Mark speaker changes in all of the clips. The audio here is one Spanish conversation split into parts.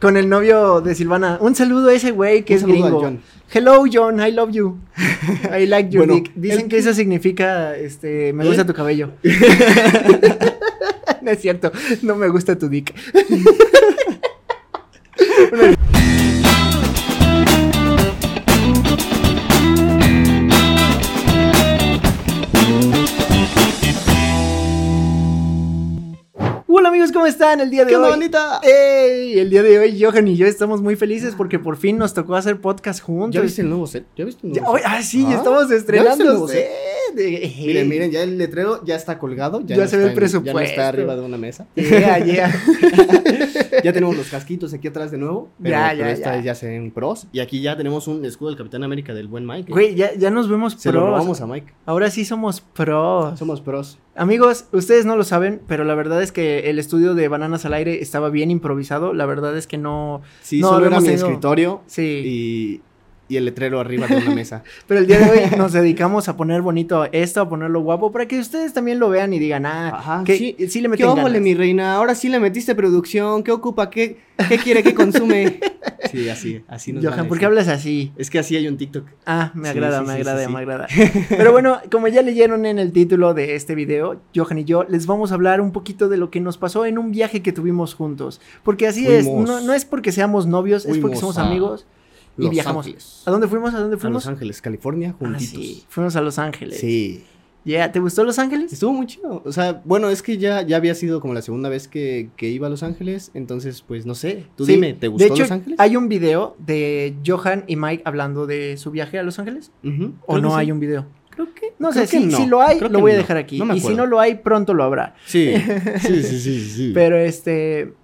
Speaker 1: con el novio de Silvana. Un saludo a ese güey que
Speaker 2: Un
Speaker 1: es
Speaker 2: saludo a
Speaker 1: gringo.
Speaker 2: John.
Speaker 1: Hello, John, I love you. I like your
Speaker 2: Bueno,
Speaker 1: dick. Dicen
Speaker 2: el-
Speaker 1: que eso significa, este, me gusta
Speaker 2: ¿Eh?
Speaker 1: tu cabello. no es cierto, no me gusta tu dick. Hola amigos, ¿cómo están el día de
Speaker 2: ¡Qué
Speaker 1: hoy?
Speaker 2: onda, bandita!
Speaker 1: ¡Ey! El día de hoy, Johan y yo estamos muy felices porque por fin nos tocó hacer podcast
Speaker 2: Ah. ¿Ya
Speaker 1: juntos.
Speaker 2: viste el nuevo set? ¿Ya viste el
Speaker 1: Ya-
Speaker 2: nuevo
Speaker 1: ay,
Speaker 2: set?
Speaker 1: ah, sí,
Speaker 2: Ah,
Speaker 1: estamos
Speaker 2: ¿ya viste el
Speaker 1: estrenando.
Speaker 2: nuevo
Speaker 1: set.
Speaker 2: set?
Speaker 1: Eh,
Speaker 2: Miren, miren, ya el letrero ya está colgado. Ya,
Speaker 1: Ya
Speaker 2: no
Speaker 1: se ve el
Speaker 2: está en- Ya no
Speaker 1: presupuesto.
Speaker 2: está arriba de una mesa.
Speaker 1: Yeah, yeah.
Speaker 2: ya tenemos los casquitos aquí atrás de nuevo. Pero,
Speaker 1: Ya,
Speaker 2: ya,
Speaker 1: ya,
Speaker 2: ya, esta
Speaker 1: ya.
Speaker 2: vez ya se ven pros. Y aquí ya tenemos un escudo del Capitán América del buen Mike. ¿eh?
Speaker 1: Güey, ya, ya nos vemos
Speaker 2: se lo
Speaker 1: pros.
Speaker 2: robamos a Mike.
Speaker 1: Ahora sí somos pros.
Speaker 2: Somos pros.
Speaker 1: Amigos, ustedes no lo saben, pero la verdad es que el estudio de Bananas al Aire estaba bien improvisado. La verdad es que no.
Speaker 2: Sí,
Speaker 1: No, lo
Speaker 2: solo era
Speaker 1: hemos
Speaker 2: mi
Speaker 1: tenido.
Speaker 2: escritorio
Speaker 1: Sí.
Speaker 2: y, y el letrero arriba de una mesa.
Speaker 1: Pero el día de hoy nos dedicamos a poner bonito esto, a ponerlo guapo, para que ustedes también lo vean y digan, ah,
Speaker 2: Ajá,
Speaker 1: que sí,
Speaker 2: sí.
Speaker 1: le
Speaker 2: ¿Qué
Speaker 1: meten
Speaker 2: óvole,
Speaker 1: ganas.
Speaker 2: mi reina? Ahora sí le metiste producción. ¿Qué ocupa? ¿Qué, qué quiere? ¿Qué consume? sí, así, así nos van
Speaker 1: Johan,
Speaker 2: a
Speaker 1: ¿por qué
Speaker 2: decir.
Speaker 1: hablas así?
Speaker 2: Es que así hay un TikTok.
Speaker 1: Ah, me
Speaker 2: Sí,
Speaker 1: agrada,
Speaker 2: sí,
Speaker 1: me
Speaker 2: sí,
Speaker 1: agrada,
Speaker 2: sí, sí.
Speaker 1: me agrada. Pero bueno, como ya leyeron en el título de este video, Johan y yo les vamos a hablar un poquito de lo que nos pasó en un viaje que tuvimos juntos. Porque así es,
Speaker 2: Fuimos.
Speaker 1: no, no es porque seamos novios, es porque
Speaker 2: Fuimos
Speaker 1: somos
Speaker 2: a
Speaker 1: amigos y
Speaker 2: Los
Speaker 1: viajamos.
Speaker 2: Ángeles.
Speaker 1: ¿A dónde fuimos? ¿A dónde
Speaker 2: A Los
Speaker 1: fuimos?
Speaker 2: Ángeles, California,
Speaker 1: Ah,
Speaker 2: juntitos.
Speaker 1: sí, fuimos a Los Ángeles.
Speaker 2: sí.
Speaker 1: Yeah, ¿Te gustó Los Ángeles?
Speaker 2: Estuvo muy chido. O sea, bueno, es que ya, ya había sido como la segunda vez que, que iba a Los Ángeles. Entonces, pues no sé. Tú
Speaker 1: Sí.
Speaker 2: dime, ¿te gustó
Speaker 1: de hecho,
Speaker 2: Los Ángeles?
Speaker 1: Hay un video de Johan y Mike hablando de su viaje a Los Ángeles.
Speaker 2: Ujú,
Speaker 1: ¿O
Speaker 2: creo
Speaker 1: no
Speaker 2: que sí.
Speaker 1: hay un video? Creo que. No
Speaker 2: creo
Speaker 1: sé,
Speaker 2: que
Speaker 1: si,
Speaker 2: no,
Speaker 1: si lo hay,
Speaker 2: creo
Speaker 1: lo
Speaker 2: que
Speaker 1: voy a
Speaker 2: no,
Speaker 1: dejar aquí.
Speaker 2: no me
Speaker 1: y si
Speaker 2: acuerdo.
Speaker 1: no lo hay, pronto lo habrá.
Speaker 2: Sí. Sí, sí, sí, sí.
Speaker 1: Pero este,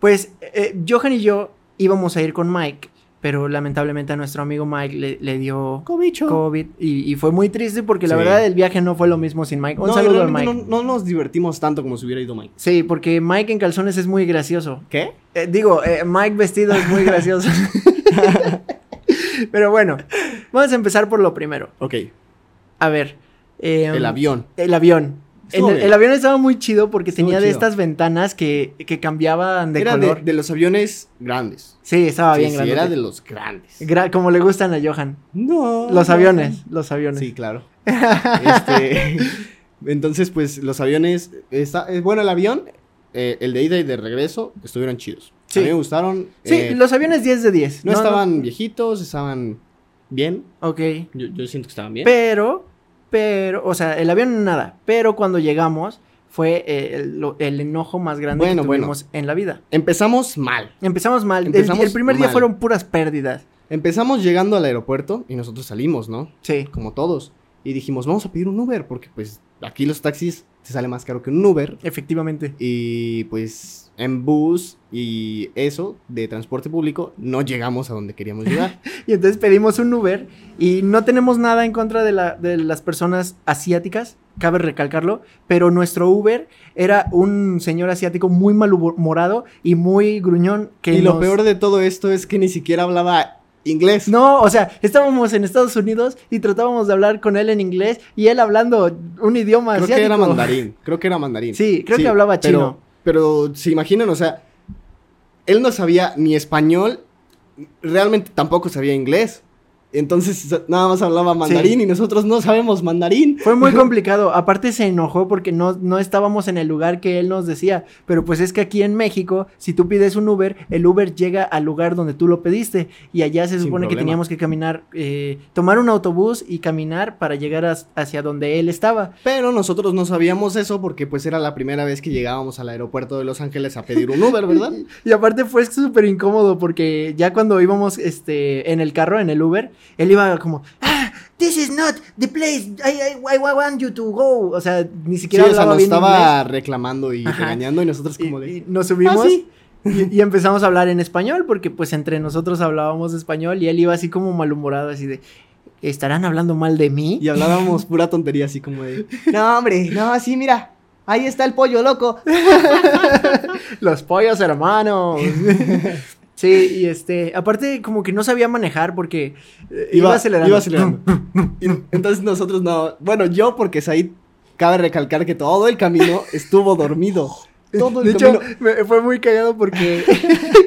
Speaker 1: pues eh, Johan y yo íbamos a ir con Mike, pero lamentablemente a nuestro amigo Mike le, le dio
Speaker 2: Cobicho.
Speaker 1: COVID y, y fue muy triste porque la
Speaker 2: Sí.
Speaker 1: verdad el viaje no fue lo mismo sin Mike. Un
Speaker 2: No, y
Speaker 1: saludo al
Speaker 2: realmente
Speaker 1: Mike.
Speaker 2: No, no nos divertimos tanto como si hubiera ido Mike.
Speaker 1: Sí, porque Mike en calzones es muy gracioso.
Speaker 2: ¿Qué?
Speaker 1: Eh, digo, eh, Mike vestido es muy gracioso. pero bueno, vamos a empezar por lo primero.
Speaker 2: Ok,
Speaker 1: A ver. eh,
Speaker 2: el avión.
Speaker 1: El avión. En
Speaker 2: Estuvo
Speaker 1: el,
Speaker 2: bien.
Speaker 1: el avión estaba muy chido porque
Speaker 2: Estuvo
Speaker 1: tenía de
Speaker 2: chido.
Speaker 1: estas ventanas que, que cambiaban de
Speaker 2: era
Speaker 1: color.
Speaker 2: De, de los aviones grandes.
Speaker 1: Sí, estaba
Speaker 2: Sí,
Speaker 1: bien
Speaker 2: sí,
Speaker 1: grande.
Speaker 2: era de los grandes.
Speaker 1: como le gustan a Johan.
Speaker 2: no.
Speaker 1: Los
Speaker 2: no.
Speaker 1: aviones, los aviones.
Speaker 2: Sí, claro. Este, entonces, pues los aviones. Está, eh, bueno, el avión, eh, el de ida y de regreso, estuvieron chidos.
Speaker 1: Sí.
Speaker 2: A mí me gustaron.
Speaker 1: Sí,
Speaker 2: eh,
Speaker 1: los aviones 10 de 10.
Speaker 2: no, estaban viejitos, estaban bien.
Speaker 1: Ok.
Speaker 2: Yo, yo siento que estaban bien.
Speaker 1: Pero, pero, o sea, el avión nada. Pero cuando llegamos fue eh, el, lo- el enojo más grande
Speaker 2: Bueno,
Speaker 1: que
Speaker 2: bueno.
Speaker 1: tuvimos en la vida.
Speaker 2: Empezamos mal.
Speaker 1: Empezamos mal. El-
Speaker 2: Empezamos
Speaker 1: el, primer día
Speaker 2: mal.
Speaker 1: fueron puras pérdidas.
Speaker 2: Empezamos llegando al aeropuerto y nosotros salimos, ¿no?
Speaker 1: Sí.
Speaker 2: Como todos. Y dijimos, vamos a pedir un Uber, porque pues aquí los taxis te sale más caro que un Uber.
Speaker 1: Efectivamente.
Speaker 2: Y pues en bus y eso de transporte público no llegamos a donde queríamos llegar.
Speaker 1: Y entonces pedimos un Uber y no tenemos nada en contra de, la- de las personas asiáticas, cabe recalcarlo, pero nuestro Uber era un señor asiático muy malhumorado y muy gruñón que
Speaker 2: y lo
Speaker 1: nos-
Speaker 2: peor de todo esto es que ni siquiera hablaba inglés.
Speaker 1: No, o sea, estábamos en Estados Unidos y tratábamos de hablar con él en inglés y él hablando un idioma
Speaker 2: creo
Speaker 1: asiático.
Speaker 2: que era mandarín. Creo que era mandarín.
Speaker 1: Sí, creo que hablaba
Speaker 2: pero-
Speaker 1: chino.
Speaker 2: Pero, se imaginan, o sea, él no sabía ni español, realmente tampoco sabía inglés. Entonces nada más hablaba mandarín y nosotros no sabemos mandarín.
Speaker 1: Fue muy complicado. Aparte se enojó porque no, no estábamos en el lugar que él nos decía. Pero pues es que aquí en México, si tú pides un Uber, el Uber llega al lugar donde tú lo pediste. Y allá se
Speaker 2: Sin
Speaker 1: supone que
Speaker 2: problema.
Speaker 1: teníamos que caminar, eh, tomar un autobús y caminar para llegar as- hacia donde él estaba.
Speaker 2: Pero nosotros no sabíamos eso porque pues era la primera vez que llegábamos al aeropuerto de Los Ángeles a pedir un Uber, ¿verdad?
Speaker 1: Y aparte fue súper incómodo porque ya cuando íbamos este, en el carro, en el Uber, él iba como, ah, this is not the place I, I, I want you to go. O sea, ni
Speaker 2: Sí,
Speaker 1: siquiera
Speaker 2: o sea,
Speaker 1: hablaba
Speaker 2: nos
Speaker 1: bien inglés.
Speaker 2: estaba reclamando y
Speaker 1: Ajá.
Speaker 2: regañando y nosotros
Speaker 1: Y-
Speaker 2: como de...
Speaker 1: y nos subimos
Speaker 2: "Ah, sí".
Speaker 1: y, y empezamos a hablar en español porque pues entre nosotros hablábamos español y él iba así como malhumorado, así de, ¿estarán hablando mal de mí?
Speaker 2: Y hablábamos pura tontería así como de...
Speaker 3: No, hombre, no, sí, mira. Ahí está el pollo loco.
Speaker 1: Los pollos hermanos. sí, y este, aparte como que no sabía manejar porque eh, iba, acelerando.
Speaker 2: Iba acelerando. Y entonces nosotros no... Bueno, yo porque Said cabe recalcar que todo el camino estuvo dormido. Todo el
Speaker 1: De hecho,
Speaker 2: camino.
Speaker 1: me- fue muy cagado porque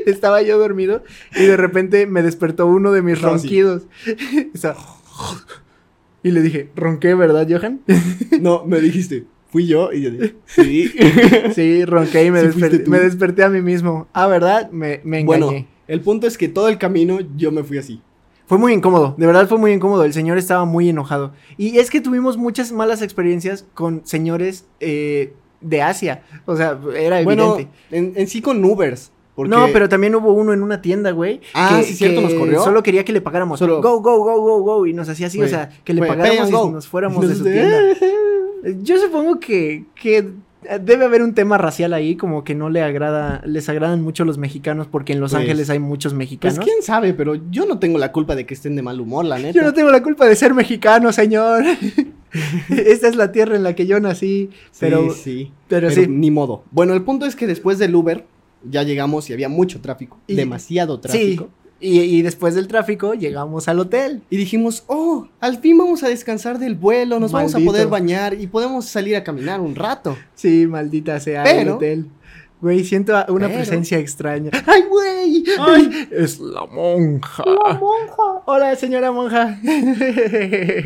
Speaker 1: estaba yo dormido y de repente me despertó uno de mis
Speaker 2: No, sí.
Speaker 1: ronquidos. O sea, y le dije, ronqué, ¿verdad, Johan?
Speaker 2: No, me dijiste, fui yo y yo dije, sí.
Speaker 1: Sí, ronqué y me,
Speaker 2: Sí, fuiste
Speaker 1: desperté-
Speaker 2: tú.
Speaker 1: me desperté a mí mismo. Ah, ¿verdad? Me, me engañé.
Speaker 2: bueno, el punto es que todo el camino yo me fui así.
Speaker 1: Fue muy incómodo, de verdad fue muy incómodo. El señor estaba muy enojado. Y es que tuvimos muchas malas experiencias con señores eh, de Asia. O sea, era
Speaker 2: Bueno,
Speaker 1: evidente.
Speaker 2: en, en sí con Ubers. Porque
Speaker 1: No, pero también hubo uno en una tienda, güey.
Speaker 2: Ah, sí, cierto, nos corrió.
Speaker 1: Solo quería que le pagáramos.
Speaker 2: Solo-
Speaker 1: Go, go, go, go, go. Y nos hacía así, o
Speaker 2: Güey,
Speaker 1: sea, que le
Speaker 2: güey,
Speaker 1: pagáramos
Speaker 2: pay
Speaker 1: y
Speaker 2: and go.
Speaker 1: nos fuéramos de su
Speaker 2: Entonces,
Speaker 1: tienda. Yo supongo que, que debe haber un tema racial ahí, como que no le agrada, les agradan mucho los mexicanos, porque en Los
Speaker 2: Pues,
Speaker 1: Ángeles hay muchos
Speaker 2: Pues
Speaker 1: mexicanos.
Speaker 2: quién sabe, pero yo no tengo la culpa de que estén de mal humor, la neta.
Speaker 1: Yo no tengo la culpa de ser mexicano, señor. Esta es la tierra en la que yo nací.
Speaker 2: Sí,
Speaker 1: Pero,
Speaker 2: sí.
Speaker 1: pero,
Speaker 2: Pero
Speaker 1: sí.
Speaker 2: ni modo. Bueno, el punto es que después del Uber ya llegamos y había mucho tráfico,
Speaker 1: Y-
Speaker 2: demasiado tráfico.
Speaker 1: Sí. Y, y después del tráfico llegamos al hotel.
Speaker 2: Y dijimos, oh, al fin vamos a descansar del vuelo, nos vamos a
Speaker 1: Maldito.
Speaker 2: poder bañar y podemos salir a caminar un rato.
Speaker 1: Sí, maldita sea el
Speaker 2: Pero-
Speaker 1: hotel. Güey, siento a- una
Speaker 2: Pero-
Speaker 1: presencia extraña. ¡Ay, güey! ¡Ay! Es la monja.
Speaker 3: monja.
Speaker 1: Hola, señora monja.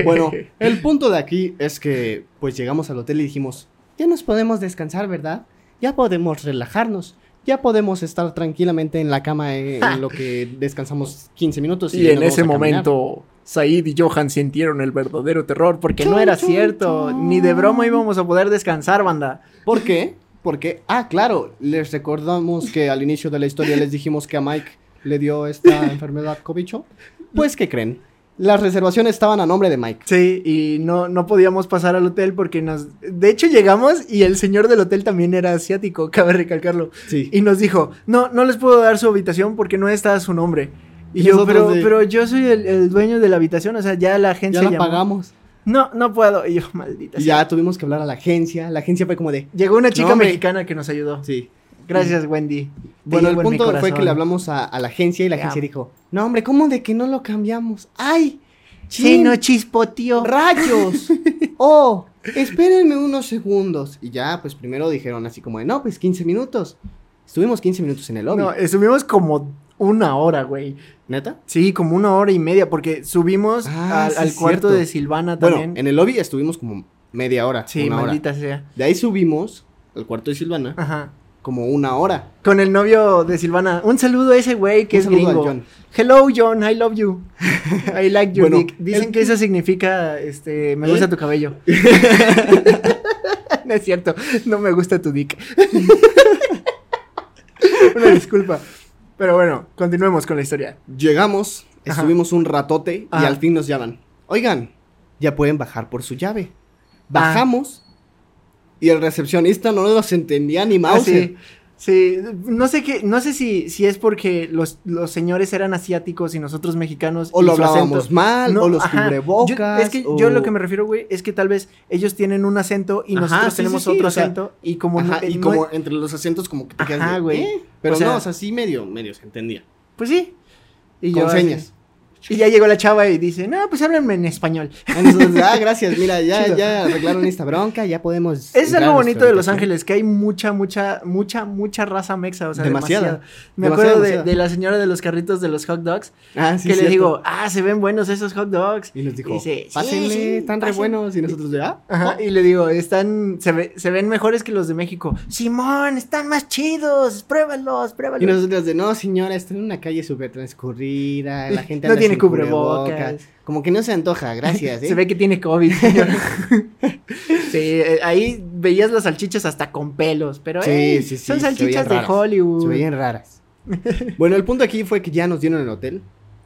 Speaker 2: Bueno, el punto de aquí es que pues llegamos al hotel y dijimos, ya nos podemos descansar, ¿verdad? Ya podemos relajarnos, ya podemos estar tranquilamente en la cama eh, en, en lo que descansamos 15 minutos.
Speaker 1: Y
Speaker 2: ya
Speaker 1: en
Speaker 2: nos vamos
Speaker 1: ese
Speaker 2: a caminar".
Speaker 1: momento, Said y Johan sintieron el verdadero terror porque no
Speaker 3: Chon,
Speaker 1: era
Speaker 3: chon,
Speaker 1: cierto.
Speaker 3: chon.
Speaker 1: Ni de broma íbamos a poder descansar, banda.
Speaker 2: ¿Por qué? Porque, ah, claro, les recordamos que al inicio de la historia les dijimos que a Mike le dio esta enfermedad cobicho. Pues, ¿qué creen? Las reservaciones estaban a nombre de Mike.
Speaker 1: Sí, y no, no podíamos pasar al hotel porque nos... De hecho, llegamos y el señor del hotel también era asiático, cabe recalcarlo.
Speaker 2: Sí.
Speaker 1: Y nos dijo, no, no les puedo dar su habitación porque no está su nombre. Y
Speaker 2: Y
Speaker 1: yo,
Speaker 2: nosotros
Speaker 1: pero,
Speaker 2: de-
Speaker 1: pero yo soy el, el dueño de la habitación, o sea, ya la agencia
Speaker 2: Ya la
Speaker 1: llamó".
Speaker 2: pagamos.
Speaker 1: No, no puedo. Y yo, maldita
Speaker 2: Y
Speaker 1: sea.
Speaker 2: ya tuvimos que hablar a la agencia. La agencia fue como de...
Speaker 1: Llegó una chica
Speaker 2: No, hombre.
Speaker 1: mexicana que nos ayudó.
Speaker 2: Sí.
Speaker 1: Gracias, Wendy. Te
Speaker 2: Bueno, el
Speaker 1: llevo en mi
Speaker 2: punto fue que
Speaker 1: corazón.
Speaker 2: le hablamos a, a la agencia y la
Speaker 1: Te
Speaker 2: agencia
Speaker 1: amo.
Speaker 2: dijo... No, hombre, ¿cómo de que no lo cambiamos? ¡Ay!
Speaker 1: Sí,
Speaker 2: chin,
Speaker 1: no chispo, tío.
Speaker 2: ¡Rayos! ¡Oh! Espérenme unos segundos. Y ya, pues primero dijeron así como de... No, pues 15 minutos. Estuvimos 15 minutos en el lobby.
Speaker 1: No, eh, estuvimos como una hora, güey.
Speaker 2: ¿Neta?
Speaker 1: Sí, como una hora y media, porque subimos
Speaker 2: Ah,
Speaker 1: al,
Speaker 2: sí,
Speaker 1: al
Speaker 2: es
Speaker 1: cuarto
Speaker 2: cierto.
Speaker 1: de Silvana
Speaker 2: Bueno,
Speaker 1: también.
Speaker 2: en el lobby estuvimos como media hora.
Speaker 1: sí,
Speaker 2: una hora.
Speaker 1: maldita Ah. sea.
Speaker 2: De ahí subimos al cuarto de Silvana
Speaker 1: Ajá.
Speaker 2: como una hora.
Speaker 1: Con el novio de Silvana. Un saludo a ese güey que
Speaker 2: Un
Speaker 1: es
Speaker 2: saludo a
Speaker 1: gringo.
Speaker 2: John.
Speaker 1: Hello, John, I love you. I like your
Speaker 2: Bueno,
Speaker 1: dick. Dicen
Speaker 2: el-
Speaker 1: que eso significa, este, me
Speaker 2: ¿Eh?
Speaker 1: gusta tu cabello. no es cierto, no me gusta tu dick. Una disculpa. Pero bueno, continuemos con la historia.
Speaker 2: Llegamos,
Speaker 1: Ajá.
Speaker 2: estuvimos un ratote y
Speaker 1: Ajá.
Speaker 2: al fin nos llaman. Oigan, ya pueden bajar por su llave.
Speaker 1: Ah.
Speaker 2: Bajamos y el recepcionista no nos entendía ni
Speaker 1: Ah,
Speaker 2: mouse.
Speaker 1: sí. Sí, no sé qué, no sé si, si es porque los, los señores eran asiáticos y nosotros mexicanos.
Speaker 2: O
Speaker 1: y
Speaker 2: lo
Speaker 1: su acento.
Speaker 2: hablábamos mal,
Speaker 1: No,
Speaker 2: o los
Speaker 1: ajá.
Speaker 2: cubrebocas.
Speaker 1: Yo- es que
Speaker 2: o-
Speaker 1: yo lo que me refiero, güey, es que tal vez ellos tienen un acento y
Speaker 2: Ajá,
Speaker 1: nosotros
Speaker 2: sí, sí,
Speaker 1: tenemos
Speaker 2: sí,
Speaker 1: otro
Speaker 2: o sea,
Speaker 1: acento y como no-
Speaker 2: Ajá,
Speaker 1: eh,
Speaker 2: y
Speaker 1: no-
Speaker 2: como entre los acentos como que te quedas
Speaker 1: Ajá,
Speaker 2: de,
Speaker 1: güey.
Speaker 2: "¿Eh?". Pero
Speaker 1: O sea-
Speaker 2: no, o sea, sí medio, medio se entendía.
Speaker 1: pues sí. Y
Speaker 2: Con
Speaker 1: así.
Speaker 2: señas.
Speaker 1: Y ya llegó la chava y dice, "No, pues háblenme en español."
Speaker 2: Ah, nosotros, ah, gracias, mira, ya,
Speaker 1: Chido.
Speaker 2: ya arreglaron esta bronca, ya podemos.
Speaker 1: Es
Speaker 2: entrar
Speaker 1: algo
Speaker 2: a
Speaker 1: bonito
Speaker 2: nuestra
Speaker 1: de Los
Speaker 2: habitación.
Speaker 1: Ángeles, que hay mucha, mucha, mucha, mucha raza mexa, o sea, demasiada.
Speaker 2: Demasiada.
Speaker 1: Me
Speaker 2: Demasiada,
Speaker 1: acuerdo de-
Speaker 2: demasiada.
Speaker 1: De, la señora de los carritos de los hot dogs,
Speaker 2: Ah, sí,
Speaker 1: que le
Speaker 2: cierto.
Speaker 1: digo, ah, se ven buenos esos hot dogs.
Speaker 2: Y nos dijo,
Speaker 1: dice, sí,
Speaker 2: pásenle,
Speaker 1: sí,
Speaker 2: están re
Speaker 1: pásenle".
Speaker 2: buenos. Y nosotros de, ah,
Speaker 1: Ajá, y le digo, están, se, ve- se ven mejores que los de México. Simón, están más chidos, pruébalos, pruébalos.
Speaker 2: Y nosotros de, no, señora, está en una calle súper transcurrida, la gente
Speaker 1: No
Speaker 2: anda
Speaker 1: tiene
Speaker 2: sin
Speaker 1: cubrebocas.
Speaker 2: Como que no se antoja, gracias, ¿eh?
Speaker 1: Se ve que tiene COVID. señor. sí, eh, ahí veías las salchichas hasta con pelos, pero
Speaker 2: Sí,
Speaker 1: ey,
Speaker 2: sí, sí,
Speaker 1: son
Speaker 2: se
Speaker 1: salchichas
Speaker 2: veían
Speaker 1: de
Speaker 2: raras,
Speaker 1: Hollywood.
Speaker 2: Se veían raras. bueno, el punto aquí fue que ya nos dieron el hotel.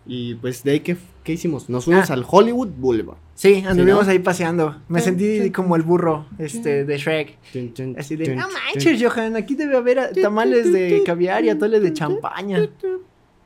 Speaker 2: Y pues de ahí, ¿qué, qué hicimos? Nos fuimos
Speaker 1: Ah.
Speaker 2: al Hollywood Boulevard.
Speaker 1: Sí, anduvimos
Speaker 2: ¿no?
Speaker 1: ahí paseando. Me
Speaker 2: Chan,
Speaker 1: sentí
Speaker 2: chan,
Speaker 1: como el burro este, de Shrek.
Speaker 2: Tun, tun,
Speaker 1: Así de,
Speaker 2: tun,
Speaker 1: no
Speaker 2: tun,
Speaker 1: manches, Johan, aquí debe haber a- tamales de caviar y atoles de champaña.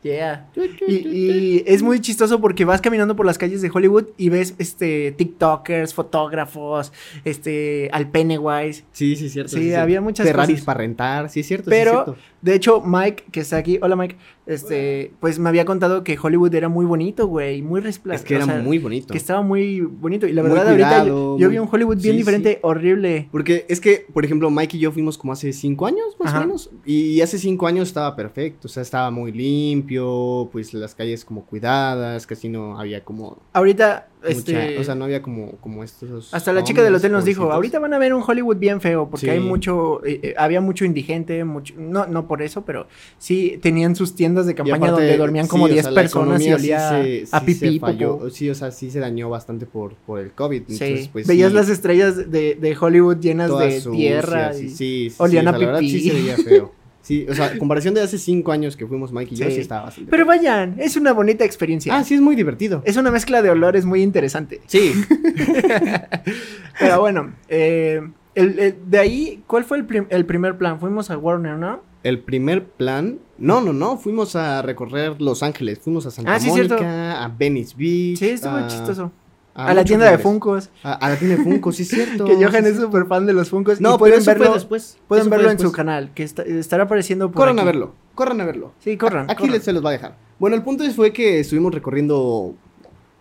Speaker 1: Yeah.
Speaker 2: tun, tun,
Speaker 1: Y,
Speaker 2: tun,
Speaker 1: y es muy chistoso porque vas caminando por las calles de Hollywood y ves este TikTokers, fotógrafos, este al Pennywise.
Speaker 2: Sí, sí, cierto.
Speaker 1: Sí, había muchas
Speaker 2: Ferraris
Speaker 1: cosas.
Speaker 2: para rentar, sí, es cierto. sí,
Speaker 1: Pero
Speaker 2: es cierto.
Speaker 1: De hecho, Mike, que está aquí, hola Mike, este, pues me había contado que Hollywood era muy bonito, güey, muy resplandeciente.
Speaker 2: Es que era muy bonito.
Speaker 1: Que estaba muy bonito. Y la
Speaker 2: Muy
Speaker 1: verdad, ahorita yo- yo,
Speaker 2: cuidado,
Speaker 1: vi
Speaker 2: muy-
Speaker 1: un Hollywood bien
Speaker 2: sí,
Speaker 1: diferente, horrible.
Speaker 2: Porque es que, por ejemplo, Mike y yo fuimos como hace cinco años, más
Speaker 1: Ajá.
Speaker 2: o menos. Y hace cinco años estaba perfecto. O sea, estaba muy limpio, pues las calles como cuidadas, casi no había como.
Speaker 1: Ahorita,
Speaker 2: mucha-
Speaker 1: este,
Speaker 2: o sea, no había como, como estos.
Speaker 1: hasta la chica del
Speaker 2: hombres,
Speaker 1: hotel nos dijo,
Speaker 2: pobrecitos.
Speaker 1: ahorita van a ver un Hollywood bien feo, porque
Speaker 2: Sí.
Speaker 1: hay mucho, eh, eh, había mucho indigente, mucho, no, no por eso, pero sí tenían sus tiendas de
Speaker 2: Y
Speaker 1: campaña
Speaker 2: aparte,
Speaker 1: donde dormían
Speaker 2: sí,
Speaker 1: como
Speaker 2: o sea,
Speaker 1: 10
Speaker 2: la
Speaker 1: personas y
Speaker 2: economía sí
Speaker 1: olía
Speaker 2: se-
Speaker 1: a
Speaker 2: sí
Speaker 1: pipí.
Speaker 2: se falló.
Speaker 1: popó.
Speaker 2: Sí, o sea, sí se dañó bastante por, por el COVID.
Speaker 1: Sí.
Speaker 2: Entonces, pues,
Speaker 1: Veías
Speaker 2: sí,
Speaker 1: las estrellas de, de Hollywood llenas
Speaker 2: todas
Speaker 1: de
Speaker 2: sucias
Speaker 1: tierra.
Speaker 2: y
Speaker 1: y-
Speaker 2: sí, sí, sí,
Speaker 1: olían
Speaker 2: o
Speaker 1: a
Speaker 2: sea, la verdad
Speaker 1: pipí.
Speaker 2: sí se veía feo. Sí, o sea, en comparación de hace cinco años que fuimos Mike y yo,
Speaker 1: Sí.
Speaker 2: sí estaba bastante
Speaker 1: Pero vayan, es una bonita experiencia.
Speaker 2: Ah, sí, es muy divertido.
Speaker 1: Es una mezcla de olores muy interesante.
Speaker 2: Sí.
Speaker 1: Pero bueno, eh, el- el- de ahí, ¿cuál fue el, prim- el primer plan? Fuimos a Warner, ¿no?
Speaker 2: El primer plan. No, no, no. Fuimos a recorrer Los Ángeles. Fuimos a Santa
Speaker 1: Ah, sí, cierto.
Speaker 2: Mónica, a Venice Beach.
Speaker 1: Sí, estuvo
Speaker 2: a-
Speaker 1: chistoso.
Speaker 2: a
Speaker 1: A, la
Speaker 2: muchos
Speaker 1: tienda de
Speaker 2: lugares.
Speaker 1: Funkos,
Speaker 2: A, a la tienda de Funko, sí, es cierto.
Speaker 1: que Johan
Speaker 2: sí,
Speaker 1: es
Speaker 2: sí.
Speaker 1: súper fan de los Funkos.
Speaker 2: No,
Speaker 1: y pueden
Speaker 2: pero eso fue
Speaker 1: verlo,
Speaker 2: después.
Speaker 1: pueden
Speaker 2: Eso fue
Speaker 1: verlo en su
Speaker 2: después.
Speaker 1: canal, que está- estará apareciendo por
Speaker 2: Corran
Speaker 1: aquí.
Speaker 2: a verlo. Corran a verlo.
Speaker 1: Sí, corran.
Speaker 2: Aquí
Speaker 1: corran.
Speaker 2: les- se los va a dejar. Bueno, el punto es- fue que estuvimos recorriendo.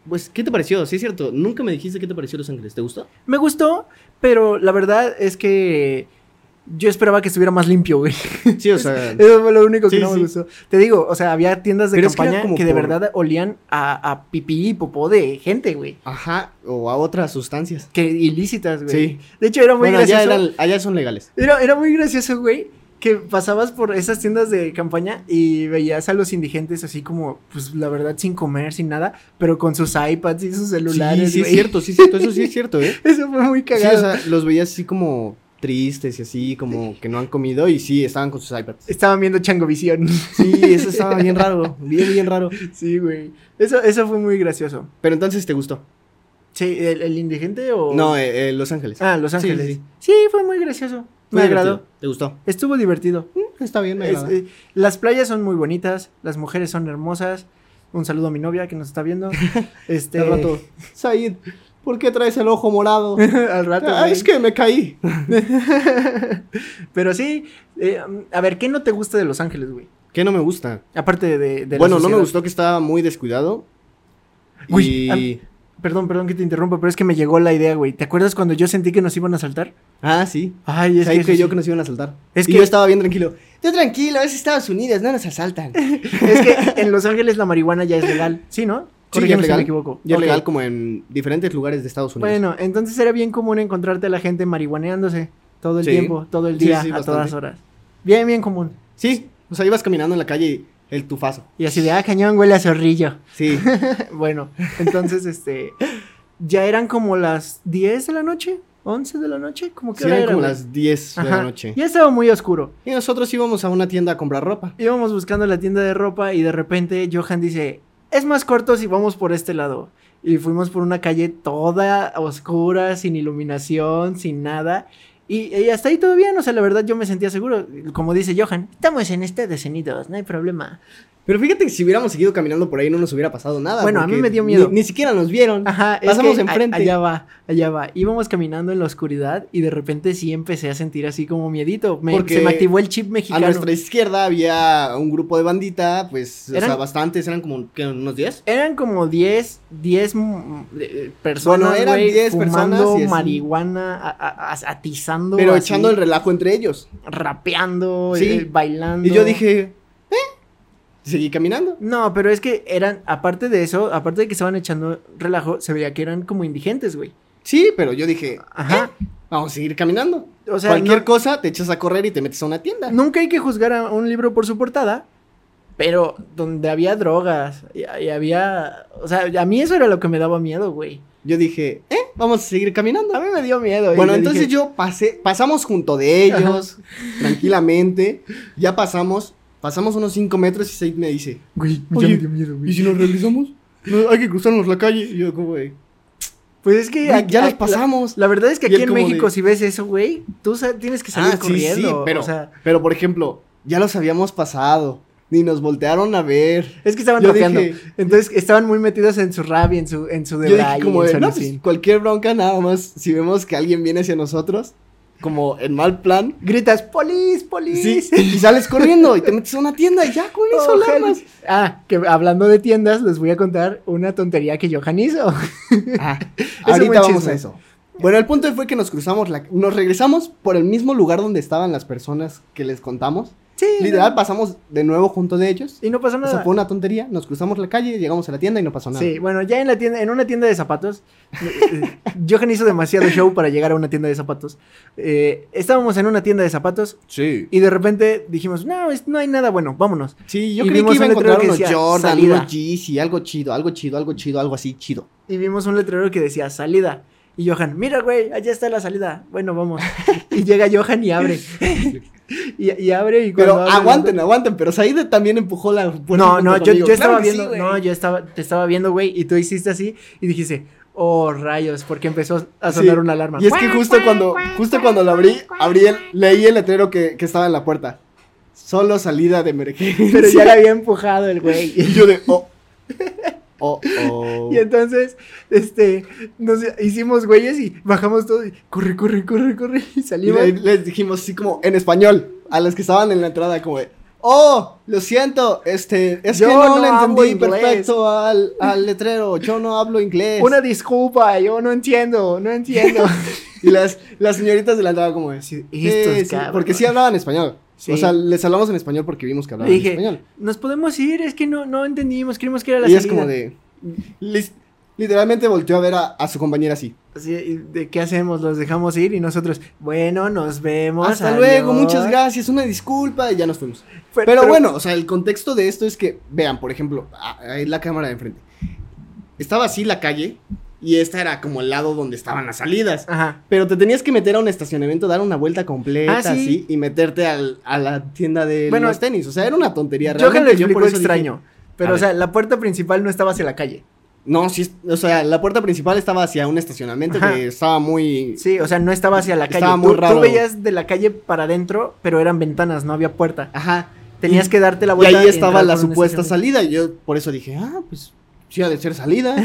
Speaker 2: Pues, ¿qué te pareció? Sí, es cierto. Nunca me dijiste qué te pareció Los Ángeles. ¿Te gustó?
Speaker 1: Me gustó, pero la verdad es que yo esperaba que estuviera más limpio, güey.
Speaker 2: Sí, o sea.
Speaker 1: Eso fue lo único que
Speaker 2: Sí,
Speaker 1: no me
Speaker 2: sí.
Speaker 1: gustó. Te digo, o sea, había tiendas de
Speaker 2: Pero es que era
Speaker 1: campaña que,
Speaker 2: como
Speaker 1: de
Speaker 2: por-
Speaker 1: verdad olían a, a pipí y popó de gente, güey.
Speaker 2: Ajá. O a otras sustancias.
Speaker 1: Que ilícitas, güey.
Speaker 2: Sí.
Speaker 1: De hecho, era muy
Speaker 2: Bueno, allá,
Speaker 1: gracioso.
Speaker 2: eran, allá son legales.
Speaker 1: Era, era muy gracioso, güey, que pasabas por esas tiendas de campaña y veías a los indigentes así como, pues la verdad, sin comer, sin nada, pero con sus iPads y sus celulares,
Speaker 2: sí, sí, es
Speaker 1: güey.
Speaker 2: cierto. Sí, es cierto. Eso sí es cierto, ¿eh?
Speaker 1: Eso fue muy
Speaker 2: Sí,
Speaker 1: cagado.
Speaker 2: o sea, los veía así como tristes y así, como que no han comido y sí, estaban con sus iPads.
Speaker 1: Estaban viendo Changovisión.
Speaker 2: Sí, eso estaba bien raro, bien, bien raro.
Speaker 1: sí, güey. Eso, eso fue muy gracioso.
Speaker 2: Pero entonces te gustó.
Speaker 1: Sí, ¿el, el indigente o...?
Speaker 2: No, eh, eh, Los Ángeles.
Speaker 1: Oh. Ah, Los
Speaker 2: Sí, sí,
Speaker 1: Ángeles. Sí,
Speaker 2: sí.
Speaker 1: fue muy gracioso.
Speaker 2: Fue
Speaker 1: me
Speaker 2: divertido.
Speaker 1: agradó.
Speaker 2: ¿Te gustó?
Speaker 1: Estuvo divertido.
Speaker 2: Está bien,
Speaker 1: Es- eh, las playas son muy bonitas, las mujeres son hermosas. Un saludo a mi novia que nos está viendo. Este,
Speaker 2: Al rato, Said, ¿por qué traes el ojo morado?
Speaker 1: al rato.
Speaker 2: Ah,
Speaker 1: güey.
Speaker 2: es que me caí.
Speaker 1: Pero sí, eh, a ver, ¿qué no te gusta de Los Ángeles, güey?
Speaker 2: ¿Qué no me gusta?
Speaker 1: Aparte de, de, de la
Speaker 2: bueno, no me
Speaker 1: sociedad.
Speaker 2: gustó que estaba muy descuidado.
Speaker 1: Güey,
Speaker 2: y...
Speaker 1: Perdón, perdón que te interrumpa, pero es que me llegó la idea, güey. ¿Te acuerdas cuando yo sentí que nos iban a saltar?
Speaker 2: Ah, sí.
Speaker 1: Ay, es
Speaker 2: Said
Speaker 1: que,
Speaker 2: creyó
Speaker 1: sí.
Speaker 2: que nos iban a saltar.
Speaker 1: Es
Speaker 2: y
Speaker 1: que-
Speaker 2: yo estaba bien tranquilo.
Speaker 3: Tú tranquilo, es Estados Unidos, no nos asaltan.
Speaker 1: es que en Los Ángeles la marihuana ya es legal, ¿sí, no?
Speaker 2: Sí, ya
Speaker 1: Corrígeme
Speaker 2: es
Speaker 1: si me
Speaker 2: legal.
Speaker 1: equivoco.
Speaker 2: Ya
Speaker 1: Ok.
Speaker 2: legal como en diferentes lugares de Estados Unidos.
Speaker 1: Bueno, entonces era bien común encontrarte a la gente marihuaneándose todo el
Speaker 2: Sí.
Speaker 1: tiempo, todo el
Speaker 2: Sí,
Speaker 1: día,
Speaker 2: sí,
Speaker 1: a
Speaker 2: bastante.
Speaker 1: todas horas. Bien, bien común.
Speaker 2: Sí, o sea, ibas caminando en la calle y el tufazo.
Speaker 1: Y así de, ah, cañón, huele a zorrillo.
Speaker 2: Sí,
Speaker 1: bueno, entonces, este, ya eran como las 10 de la noche, 11 de la noche, como que
Speaker 2: sí, eran como las 10 de la noche.
Speaker 1: Ya estaba muy oscuro.
Speaker 2: Y nosotros íbamos a una tienda a comprar ropa.
Speaker 1: Íbamos buscando la tienda de ropa y de repente Johan dice, es más corto si vamos por este lado. Y fuimos por una calle toda oscura, sin iluminación, sin nada. Y, y hasta ahí todo bien, o sea, la verdad yo me sentía seguro. Como dice Johan, estamos en Estados Unidos, no hay problema.
Speaker 2: Pero fíjate que si hubiéramos seguido caminando por ahí no nos hubiera pasado nada.
Speaker 1: Bueno, a mí
Speaker 2: porque
Speaker 1: me dio miedo. Ah,
Speaker 2: Ni, ni siquiera nos vieron.
Speaker 1: Ajá, es
Speaker 2: Pasamos
Speaker 1: que a-
Speaker 2: enfrente.
Speaker 1: allá va, allá va. Íbamos caminando en la oscuridad y de repente sí empecé a sentir así como miedito. Me-
Speaker 2: Porque
Speaker 1: se me activó el chip
Speaker 2: a
Speaker 1: mexicano.
Speaker 2: nuestra izquierda había un grupo de bandita, pues, o
Speaker 1: Eran-
Speaker 2: sea, bastantes, eran como, ¿qué, unos 10?
Speaker 1: Eran como 10, 10 mm, eh, personas,
Speaker 2: Bueno, eran
Speaker 1: güey,
Speaker 2: 10 personas
Speaker 1: fumando
Speaker 2: y así.
Speaker 1: marihuana, a- a- a- atizando,
Speaker 2: Pero
Speaker 1: así,
Speaker 2: echando el relajo entre ellos.
Speaker 1: rapeando,
Speaker 2: Sí.
Speaker 1: eh, bailando.
Speaker 2: Y yo dije, ¿eh? Seguí caminando.
Speaker 1: No, pero es que eran, aparte de eso, aparte de que estaban echando relajo, se veía que eran como indigentes, güey.
Speaker 2: Sí, pero yo dije, "¿Eh?".
Speaker 1: Ajá.
Speaker 2: vamos a seguir caminando.
Speaker 1: O sea,
Speaker 2: Cualquier
Speaker 1: no-
Speaker 2: cosa, te echas a correr y te metes a una tienda.
Speaker 1: nunca hay que juzgar a un libro por su portada, pero donde había drogas y, y había... O sea, a mí eso era lo que me daba miedo, güey.
Speaker 2: Yo dije, ¿eh? Vamos a seguir caminando.
Speaker 1: A mí me dio miedo. y
Speaker 2: Bueno,
Speaker 1: le
Speaker 2: entonces
Speaker 1: dije,
Speaker 2: yo pasé, pasamos junto de ellos, tranquilamente, ya pasamos, pasamos unos 5 metros y Said me dice,
Speaker 1: Güey, ya
Speaker 2: Oye,
Speaker 1: me dio miedo, güey.
Speaker 2: si nos regresamos? No, hay que cruzarnos la calle. Y yo, como, güey,
Speaker 1: Pues es que...
Speaker 2: güey,
Speaker 1: a-
Speaker 2: ya
Speaker 1: a-
Speaker 2: nos
Speaker 1: la-
Speaker 2: pasamos.
Speaker 1: La verdad es que
Speaker 2: Y
Speaker 1: aquí
Speaker 2: él
Speaker 1: en
Speaker 2: como
Speaker 1: México,
Speaker 2: de-
Speaker 1: si ves eso, güey, tú sa- tienes que salir
Speaker 2: Ah, sí, sí,
Speaker 1: corriendo.
Speaker 2: pero-
Speaker 1: O sea,
Speaker 2: Pero, por ejemplo, ya los habíamos pasado, ni nos voltearon a ver.
Speaker 1: es que estaban
Speaker 2: Yo
Speaker 1: rapeando.
Speaker 2: dije-
Speaker 1: Entonces estaban muy metidos en su rap y en su, en su
Speaker 2: Yo
Speaker 1: de
Speaker 2: dije,
Speaker 1: braille y
Speaker 2: como,
Speaker 1: en
Speaker 2: de,
Speaker 1: su
Speaker 2: no, pues,
Speaker 1: alucín.
Speaker 2: cualquier bronca, nada más, si vemos que alguien viene hacia nosotros, como en mal plan.
Speaker 1: Gritas, polis, polis.
Speaker 2: pues, Sí, y sales corriendo y te metes a una tienda y ya con eso
Speaker 1: Oh,
Speaker 2: la
Speaker 1: Johan.
Speaker 2: armas.
Speaker 1: Ah, que hablando de tiendas, les voy a contar una tontería que Johan hizo.
Speaker 2: Ah,
Speaker 1: un buen
Speaker 2: ahorita vamos
Speaker 1: chisme.
Speaker 2: a eso. Bueno, el punto fue que nos cruzamos, la- nos regresamos por el mismo lugar donde estaban las personas que les contamos.
Speaker 1: Sí.
Speaker 2: Literal, pasamos de nuevo junto de ellos.
Speaker 1: Y no pasó
Speaker 2: Eso
Speaker 1: nada.
Speaker 2: fue una tontería. Nos cruzamos la calle, llegamos a la tienda y no pasó nada.
Speaker 1: Sí, bueno, ya en la tienda, en una tienda de zapatos, eh, Johan hizo demasiado show para llegar a una tienda de zapatos. Eh, estábamos en una tienda de zapatos
Speaker 2: Sí.
Speaker 1: y de repente dijimos, no, es- no hay nada bueno, vámonos.
Speaker 2: Sí, yo
Speaker 1: Y
Speaker 2: creí
Speaker 1: vimos
Speaker 2: que iba a
Speaker 1: un letrero
Speaker 2: encontrar
Speaker 1: que
Speaker 2: unos
Speaker 1: decía,
Speaker 2: Jordan,
Speaker 1: "Salida".
Speaker 2: unos Yeezy, algo chido, algo chido, algo chido, algo así chido.
Speaker 1: Y vimos un letrero que decía salida. Y Johan, mira, güey, allá está la salida. Bueno, vamos. y llega Johan y abre. y, y abre y cuando
Speaker 2: Pero
Speaker 1: abre-
Speaker 2: aguanten, aguanten. Pero Said también empujó la puerta.
Speaker 1: No,
Speaker 2: junto
Speaker 1: no, yo,
Speaker 2: conmigo.
Speaker 1: yo
Speaker 2: Claro
Speaker 1: estaba
Speaker 2: que sí,
Speaker 1: viendo,
Speaker 2: güey.
Speaker 1: no, yo estaba, te estaba viendo, güey, y tú hiciste así y dijiste, oh, rayos, porque empezó a sonar
Speaker 2: Sí.
Speaker 1: una alarma.
Speaker 2: Y es que justo cuando, justo cuando la abrí, abrí el, leí el letrero que, que estaba en la puerta. Solo salida de emergencia.
Speaker 1: Pero ya la había empujado el güey.
Speaker 2: Y yo de, oh, oh, oh.
Speaker 1: Y entonces, este, nos hicimos güeyes y bajamos todo y corre, corre, corre, corre. Y
Speaker 2: Y
Speaker 1: salimos.
Speaker 2: le- les dijimos así como en español a los que estaban en la entrada como de, oh, lo siento, este, es
Speaker 1: Yo
Speaker 2: que no,
Speaker 1: no
Speaker 2: le
Speaker 1: hablo
Speaker 2: entendí
Speaker 1: inglés".
Speaker 2: perfecto al, al letrero, yo no hablo inglés.
Speaker 1: Una disculpa, yo no entiendo, no entiendo.
Speaker 2: Y las, las señoritas de la entrada como de, sí,
Speaker 1: Estos
Speaker 2: sí,
Speaker 1: cabrones.
Speaker 2: porque sí hablaban español.
Speaker 1: Sí.
Speaker 2: O sea, les hablamos en español porque vimos que hablaban
Speaker 1: Dije,
Speaker 2: español.
Speaker 1: Nos podemos ir, es que no, no entendimos, creímos que era la
Speaker 2: Y
Speaker 1: salida.
Speaker 2: es como de, lis- literalmente volteó a ver a, a su compañera así.
Speaker 1: Así, y de qué hacemos, los dejamos ir y nosotros, bueno, nos vemos.
Speaker 2: Hasta luego,
Speaker 1: Oh, adiós".
Speaker 2: muchas gracias, una disculpa y ya nos fuimos.
Speaker 1: Fue-
Speaker 2: Pero, bueno, o sea, el contexto de esto es que, vean, por ejemplo, a- ahí la cámara de enfrente. Estaba así la calle y esta era como el lado donde estaban las salidas.
Speaker 1: Ajá.
Speaker 2: Pero te tenías que meter a un estacionamiento, dar una vuelta completa,
Speaker 1: Ah, sí.
Speaker 2: así, y meterte al- a la tienda de
Speaker 1: Bueno,
Speaker 2: los tenis. O sea, era una tontería.
Speaker 1: Yo que lo
Speaker 2: Realmente por
Speaker 1: explicó
Speaker 2: eso dije-
Speaker 1: extraño. pero,
Speaker 2: A
Speaker 1: o sea, la puerta principal no estaba hacia la calle.
Speaker 2: no, sí, es- o sea, la puerta principal estaba hacia un estacionamiento
Speaker 1: Ajá.
Speaker 2: que estaba muy...
Speaker 1: Sí, o sea, no estaba hacia la calle.
Speaker 2: Estaba
Speaker 1: Tú-
Speaker 2: muy
Speaker 1: tú,
Speaker 2: raro.
Speaker 1: veías de la calle para adentro, pero eran ventanas, no había puerta.
Speaker 2: Ajá.
Speaker 1: Tenías
Speaker 2: Y-
Speaker 1: que darte la
Speaker 2: Y
Speaker 1: vuelta.
Speaker 2: ahí estaba
Speaker 1: entrar
Speaker 2: la
Speaker 1: por un
Speaker 2: supuesta
Speaker 1: estacionamiento.
Speaker 2: salida. Y yo por eso dije, ah, pues sí ha de ser salida.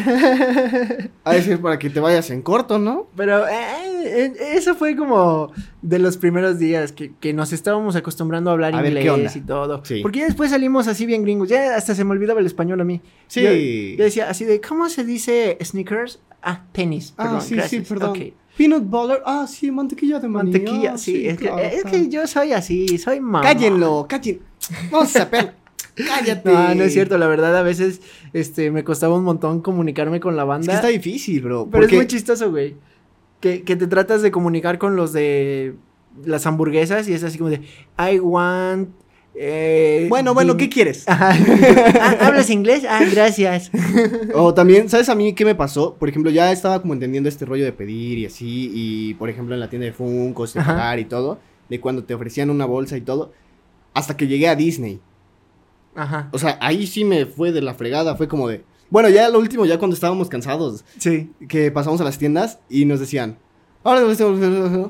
Speaker 2: ha de ser para que te vayas en corto, ¿no?
Speaker 1: Pero eh, eh, eso fue como de los primeros días que, que nos estábamos acostumbrando a hablar
Speaker 2: A ver, ¿qué
Speaker 1: inglés
Speaker 2: onda?
Speaker 1: y todo.
Speaker 2: Sí.
Speaker 1: Porque ya después salimos así bien gringos. Ya hasta se me olvidaba el español a mí. Yo, yo decía así de, ¿cómo se dice sneakers? Ah, tenis.
Speaker 2: Ah,
Speaker 1: Perdón,
Speaker 2: sí,
Speaker 1: gracias.
Speaker 2: sí, perdón.
Speaker 1: Ok.
Speaker 2: Peanut butter, ah, sí, mantequilla de maní.
Speaker 1: Mantequilla,
Speaker 2: ah,
Speaker 1: sí. es, que,
Speaker 2: claro,
Speaker 1: es
Speaker 2: claro.
Speaker 1: que yo soy así, soy mamá.
Speaker 2: Cállenlo, cállen. Vamos a ver. Cállate.
Speaker 1: No, no es cierto, la verdad a veces este me costaba un montón comunicarme con la
Speaker 2: Es
Speaker 1: banda.
Speaker 2: que está difícil, bro.
Speaker 1: pero
Speaker 2: porque-
Speaker 1: es muy chistoso, güey. Que, que te tratas de comunicar con los de las hamburguesas y es así como de I want eh,
Speaker 2: Bueno, bueno, ¿qué
Speaker 1: din-"
Speaker 2: quieres?
Speaker 1: Ajá. Ah, ¿Hablas inglés? Ah, gracias.
Speaker 2: O también, ¿sabes a mí qué me pasó? Por ejemplo, ya estaba como entendiendo este rollo de pedir y así, y por ejemplo en la tienda de Funkos, de
Speaker 1: Ajá.
Speaker 2: pagar y todo, de cuando te ofrecían una bolsa y todo, hasta que llegué a Disney.
Speaker 1: Ajá.
Speaker 2: O sea, ahí sí me fue de la fregada, fue como de... Bueno, ya lo último, ya cuando estábamos cansados,
Speaker 1: Sí.
Speaker 2: que pasamos a las tiendas y nos decían... "Ahora nos vemos".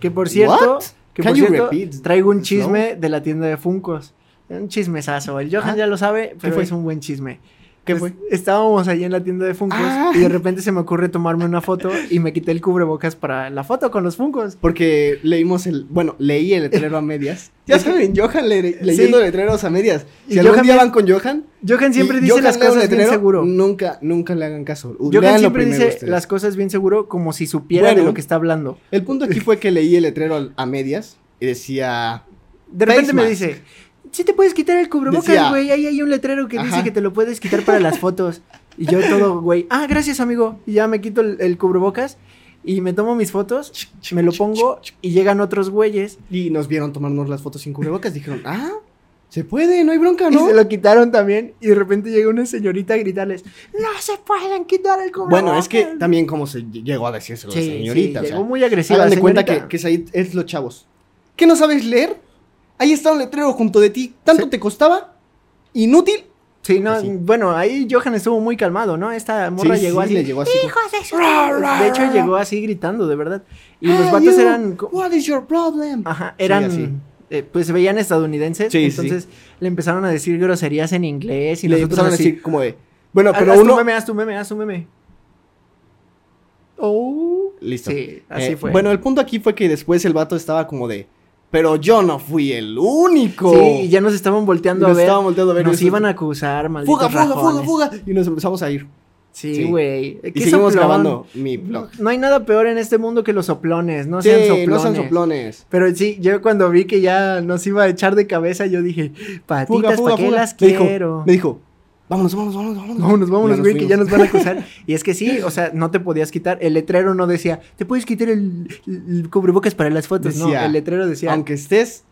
Speaker 1: Que por cierto,
Speaker 2: What?
Speaker 1: que
Speaker 2: Can
Speaker 1: por
Speaker 2: you
Speaker 1: cierto
Speaker 2: repeat
Speaker 1: traigo un
Speaker 2: slow?
Speaker 1: chisme de la tienda de Funcos. Un chismesazo. El Johan
Speaker 2: Ah.
Speaker 1: ya lo sabe, pero
Speaker 2: fue?
Speaker 1: es un buen chisme.
Speaker 2: ¿Qué
Speaker 1: Es-
Speaker 2: fue?
Speaker 1: Estábamos allí en la tienda de Funcos
Speaker 2: Ah.
Speaker 1: y de repente se me ocurre tomarme una foto y me quité el cubrebocas para la foto con los Funcos.
Speaker 2: Porque leímos el... Bueno, leí el letrero a medias. Ya saben, Johan le- leyendo letreros a medias.
Speaker 1: Y
Speaker 2: Si algún
Speaker 1: Johan
Speaker 2: día
Speaker 1: me-
Speaker 2: van con Johan...
Speaker 1: Johan siempre
Speaker 2: y
Speaker 1: dice
Speaker 2: Johan
Speaker 1: las
Speaker 2: lee un
Speaker 1: cosas bien
Speaker 2: letrero,
Speaker 1: seguro.
Speaker 2: Nunca, nunca le hagan caso.
Speaker 1: Johan
Speaker 2: Léanlo
Speaker 1: siempre
Speaker 2: primero
Speaker 1: dice
Speaker 2: ustedes.
Speaker 1: las cosas bien seguro como si supiera de
Speaker 2: Bueno.
Speaker 1: lo que está hablando.
Speaker 2: El punto aquí fue que leí el letrero al- a medias y decía...
Speaker 1: De
Speaker 2: Face
Speaker 1: repente me
Speaker 2: mask.
Speaker 1: dice, si te puedes quitar el cubrebocas,
Speaker 2: Decía-
Speaker 1: güey, ahí hay un letrero que dice
Speaker 2: Ajá.
Speaker 1: que te lo puedes quitar para las fotos. Y yo todo, güey, ah, gracias, amigo. Y ya me quito el, el cubrebocas y me tomo mis fotos, me lo pongo y llegan otros güeyes
Speaker 2: Y nos vieron tomarnos las fotos sin cubrebocas. Dijeron, ah, se puede, no hay bronca,
Speaker 1: y
Speaker 2: ¿no?
Speaker 1: se lo quitaron también y de repente llega una señorita a gritarles, no se pueden quitar el cubrebocas.
Speaker 2: Bueno, es que también como se ll- llegó a decirse
Speaker 1: Sí,
Speaker 2: señorita.
Speaker 1: sí,
Speaker 2: o sea,
Speaker 1: llegó muy agresiva.
Speaker 2: hagan de cuenta
Speaker 1: señorita.
Speaker 2: que, que Said es los chavos. ¿Qué no sabes leer? Ahí está un letrero junto de ti. ¿Tanto te costaba? ¿Inútil?
Speaker 1: Sí, no,
Speaker 2: Así.
Speaker 1: bueno, ahí Johan estuvo muy calmado, ¿no? Esta morra
Speaker 2: pues Sí,
Speaker 1: llegó
Speaker 2: sí,
Speaker 1: así.
Speaker 2: le llegó así. como,
Speaker 1: De hecho, llegó así gritando, de verdad. Y los
Speaker 2: "Hey,
Speaker 1: vatos
Speaker 2: you,
Speaker 1: eran. co-
Speaker 2: Ah, What is your problem?
Speaker 1: Ajá, eran.
Speaker 2: así.
Speaker 1: eh, pues se veían estadounidenses.
Speaker 2: Sí, sí.
Speaker 1: entonces le empezaron a decir groserías en inglés y
Speaker 2: y le
Speaker 1: nosotros
Speaker 2: empezaron a
Speaker 1: así. Ah,
Speaker 2: decir como de... Bueno,
Speaker 1: "Haz-
Speaker 2: pero
Speaker 1: haz tu
Speaker 2: uno...
Speaker 1: meme, haz tu meme, haz tu meme. Oh.
Speaker 2: Listo.
Speaker 1: Sí, así
Speaker 2: Eh,
Speaker 1: fue.
Speaker 2: Bueno, el punto aquí fue que después el vato estaba como de, pero yo no fui el único.
Speaker 1: sí, y ya nos estaban volteando a
Speaker 2: nos
Speaker 1: ver.
Speaker 2: estaban volteando a ver.
Speaker 1: nos iban a acusar, malditos
Speaker 2: Fuga, fuga, fuga,
Speaker 1: rajones.
Speaker 2: fuga. Y nos empezamos a ir.
Speaker 1: Sí,
Speaker 2: Sí.
Speaker 1: güey.
Speaker 2: Y
Speaker 1: ¿Qué soplón?
Speaker 2: seguimos grabando mi blog.
Speaker 1: No hay nada peor en este mundo que los soplones. No
Speaker 2: Sí,
Speaker 1: sean soplones.
Speaker 2: no sean soplones.
Speaker 1: Pero sí, yo cuando vi que ya nos iba a echar de cabeza, yo dije, patitas,
Speaker 2: Fuga, fuga,
Speaker 1: ¿pa' qué
Speaker 2: fuga.
Speaker 1: las
Speaker 2: me dijo,
Speaker 1: quiero?
Speaker 2: me dijo, vámonos, vámonos, vámonos, vámonos.
Speaker 1: Vámonos, vámonos,
Speaker 2: Ya nos
Speaker 1: güey, que ya
Speaker 2: fuimos.
Speaker 1: nos van a acusar. Y es que sí, o sea, no te podías quitar. El letrero no decía, te puedes quitar el, el cubrebocas para las fotos. no,
Speaker 2: Decía,
Speaker 1: el letrero decía,
Speaker 2: Aunque estés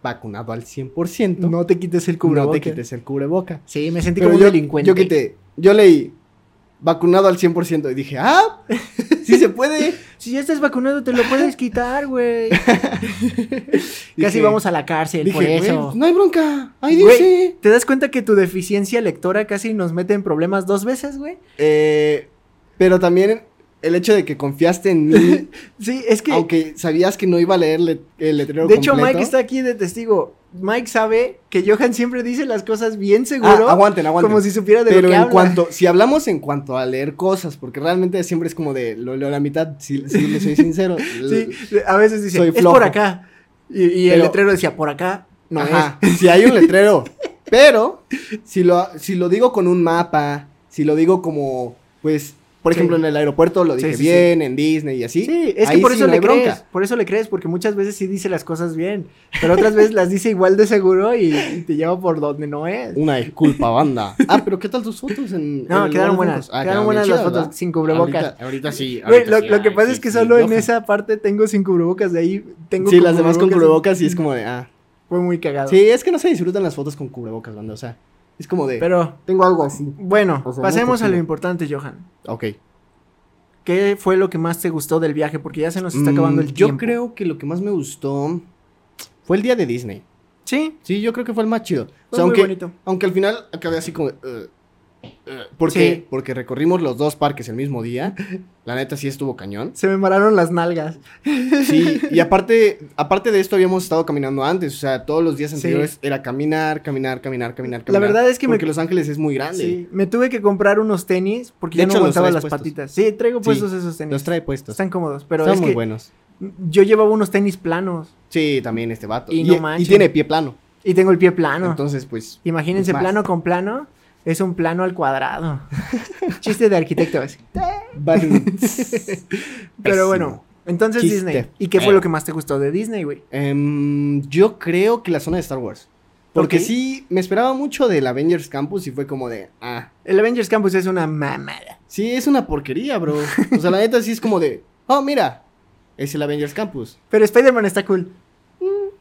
Speaker 2: vacunado al 100%, no,
Speaker 1: no te quites el cubrebocas.
Speaker 2: te quites el cubreboca.
Speaker 1: Sí, me sentí
Speaker 2: Pero
Speaker 1: como
Speaker 2: yo,
Speaker 1: un delincuente.
Speaker 2: yo quité, yo leí vacunado al 100% y dije, ah, sí se puede.
Speaker 1: Si ya estás vacunado, te lo puedes quitar, güey. Casi
Speaker 2: Dije-
Speaker 1: vamos a la cárcel
Speaker 2: Dije,
Speaker 1: por
Speaker 2: "Güey, pues,
Speaker 1: eso.
Speaker 2: no hay bronca, ahí
Speaker 1: Güey.
Speaker 2: dice.
Speaker 1: ¿Te das cuenta que tu deficiencia lectora casi nos mete en problemas dos veces, güey?
Speaker 2: Eh, pero también el hecho de que confiaste en mí,
Speaker 1: Sí, es que.
Speaker 2: aunque sabías que no iba a leer le- el letrero
Speaker 1: de hecho,
Speaker 2: completo.
Speaker 1: Mike está aquí de testigo. Mike sabe que Johan siempre dice las cosas bien
Speaker 2: Ah,
Speaker 1: seguro.
Speaker 2: aguanten, aguanten.
Speaker 1: como si supiera de
Speaker 2: pero
Speaker 1: lo que
Speaker 2: en
Speaker 1: habla.
Speaker 2: cuanto, si hablamos en cuanto a leer cosas, porque realmente siempre es como de lo leo a la mitad, si, si le soy sincero.
Speaker 1: Sí, a veces dice,
Speaker 2: Soy
Speaker 1: es
Speaker 2: flojo".
Speaker 1: por acá. Y, y el
Speaker 2: Pero-
Speaker 1: letrero decía, por acá no
Speaker 2: Ajá, si hay un letrero. Pero si lo, si lo digo con un mapa, si lo digo como, pues, por
Speaker 1: Sí.
Speaker 2: ejemplo, en el aeropuerto lo
Speaker 1: Sí,
Speaker 2: dije
Speaker 1: sí, sí.
Speaker 2: bien, en Disney y así.
Speaker 1: es. Sí, es que
Speaker 2: ahí
Speaker 1: por
Speaker 2: sí
Speaker 1: eso
Speaker 2: no
Speaker 1: le
Speaker 2: hay
Speaker 1: crees.
Speaker 2: bronca.
Speaker 1: Por eso le crees, porque muchas veces sí dice las cosas bien. Pero otras veces las dice igual de seguro y, y te lleva por donde no es.
Speaker 2: Una disculpa, banda. Ah, pero ¿qué tal tus fotos en.? en
Speaker 1: No, quedaron
Speaker 2: el lugar de
Speaker 1: buenas.
Speaker 2: fotos? Ah,
Speaker 1: quedaron buenas
Speaker 2: bien
Speaker 1: las
Speaker 2: chidas,
Speaker 1: fotos
Speaker 2: ¿verdad?
Speaker 1: sin cubrebocas.
Speaker 2: Ahorita, ahorita sí.
Speaker 1: Güey,
Speaker 2: ahorita
Speaker 1: lo,
Speaker 2: sí,
Speaker 1: lo que
Speaker 2: ay,
Speaker 1: pasa
Speaker 2: sí,
Speaker 1: es que
Speaker 2: sí,
Speaker 1: solo en
Speaker 2: ojo.
Speaker 1: esa parte tengo sin cubrebocas, de ahí tengo
Speaker 2: Sí, las demás con
Speaker 1: cubrebocas.
Speaker 2: cubrebocas y es como de. Ah.
Speaker 1: Fue muy cagado.
Speaker 2: Sí, es que no se disfrutan las fotos con cubrebocas, banda. O sea, es como de.
Speaker 1: Pero,
Speaker 2: tengo algo así.
Speaker 1: bueno,
Speaker 2: O sea,
Speaker 1: pasemos
Speaker 2: mucho
Speaker 1: a lo
Speaker 2: chido.
Speaker 1: importante, Johan.
Speaker 2: Ok.
Speaker 1: ¿Qué fue lo que más te gustó del viaje? Porque ya se nos está acabando
Speaker 2: Mm,
Speaker 1: el
Speaker 2: Yo
Speaker 1: tiempo.
Speaker 2: creo que lo que más me gustó fue el día de Disney.
Speaker 1: Sí,
Speaker 2: Sí, yo creo que fue el más chido. O
Speaker 1: fue
Speaker 2: sea,
Speaker 1: muy
Speaker 2: aunque,
Speaker 1: bonito.
Speaker 2: aunque al final acabé así como. de, "Ugh, ugh". ¿Por qué?
Speaker 1: Sí.
Speaker 2: Porque recorrimos los dos parques el mismo día. La neta sí estuvo cañón.
Speaker 1: Se me mararon las nalgas.
Speaker 2: Sí, y aparte, aparte de esto habíamos estado caminando antes, o sea, todos los días
Speaker 1: Sí.
Speaker 2: anteriores era caminar, caminar, caminar, caminar,
Speaker 1: La
Speaker 2: caminar.
Speaker 1: verdad es que me-
Speaker 2: porque Los Ángeles es muy grande.
Speaker 1: Sí, me tuve que comprar unos tenis porque
Speaker 2: De
Speaker 1: ya
Speaker 2: hecho,
Speaker 1: no
Speaker 2: los
Speaker 1: aguantaba
Speaker 2: traes
Speaker 1: las
Speaker 2: puestos.
Speaker 1: patitas. Sí, traigo
Speaker 2: Sí,
Speaker 1: puestos esos tenis.
Speaker 2: Los trae puestos.
Speaker 1: Están cómodos, pero
Speaker 2: Están
Speaker 1: es
Speaker 2: muy
Speaker 1: que
Speaker 2: buenos.
Speaker 1: yo llevaba unos tenis planos
Speaker 2: Sí, también este vato.
Speaker 1: Y
Speaker 2: Y,
Speaker 1: no
Speaker 2: y
Speaker 1: manches. Ah,
Speaker 2: tiene pie plano.
Speaker 1: y tengo el pie plano.
Speaker 2: Entonces, pues.
Speaker 1: Imagínense,
Speaker 2: es más.
Speaker 1: plano con plano es un plano al cuadrado. Chiste de arquitectos. Pero
Speaker 2: Pésimo.
Speaker 1: bueno, entonces
Speaker 2: Chiste
Speaker 1: Disney. ¿Y qué fue
Speaker 2: feo.
Speaker 1: lo que más te gustó de Disney, güey?
Speaker 2: Em, yo creo que la zona de Star Wars. Porque
Speaker 1: Ok.
Speaker 2: sí, me esperaba mucho del Avengers Campus y fue como de. Ah,
Speaker 1: El Avengers Campus es una mamada.
Speaker 2: sí, es una porquería, bro. O sea, la neta sí es como de. Oh, mira, es el Avengers Campus.
Speaker 1: Pero Spider-Man está cool.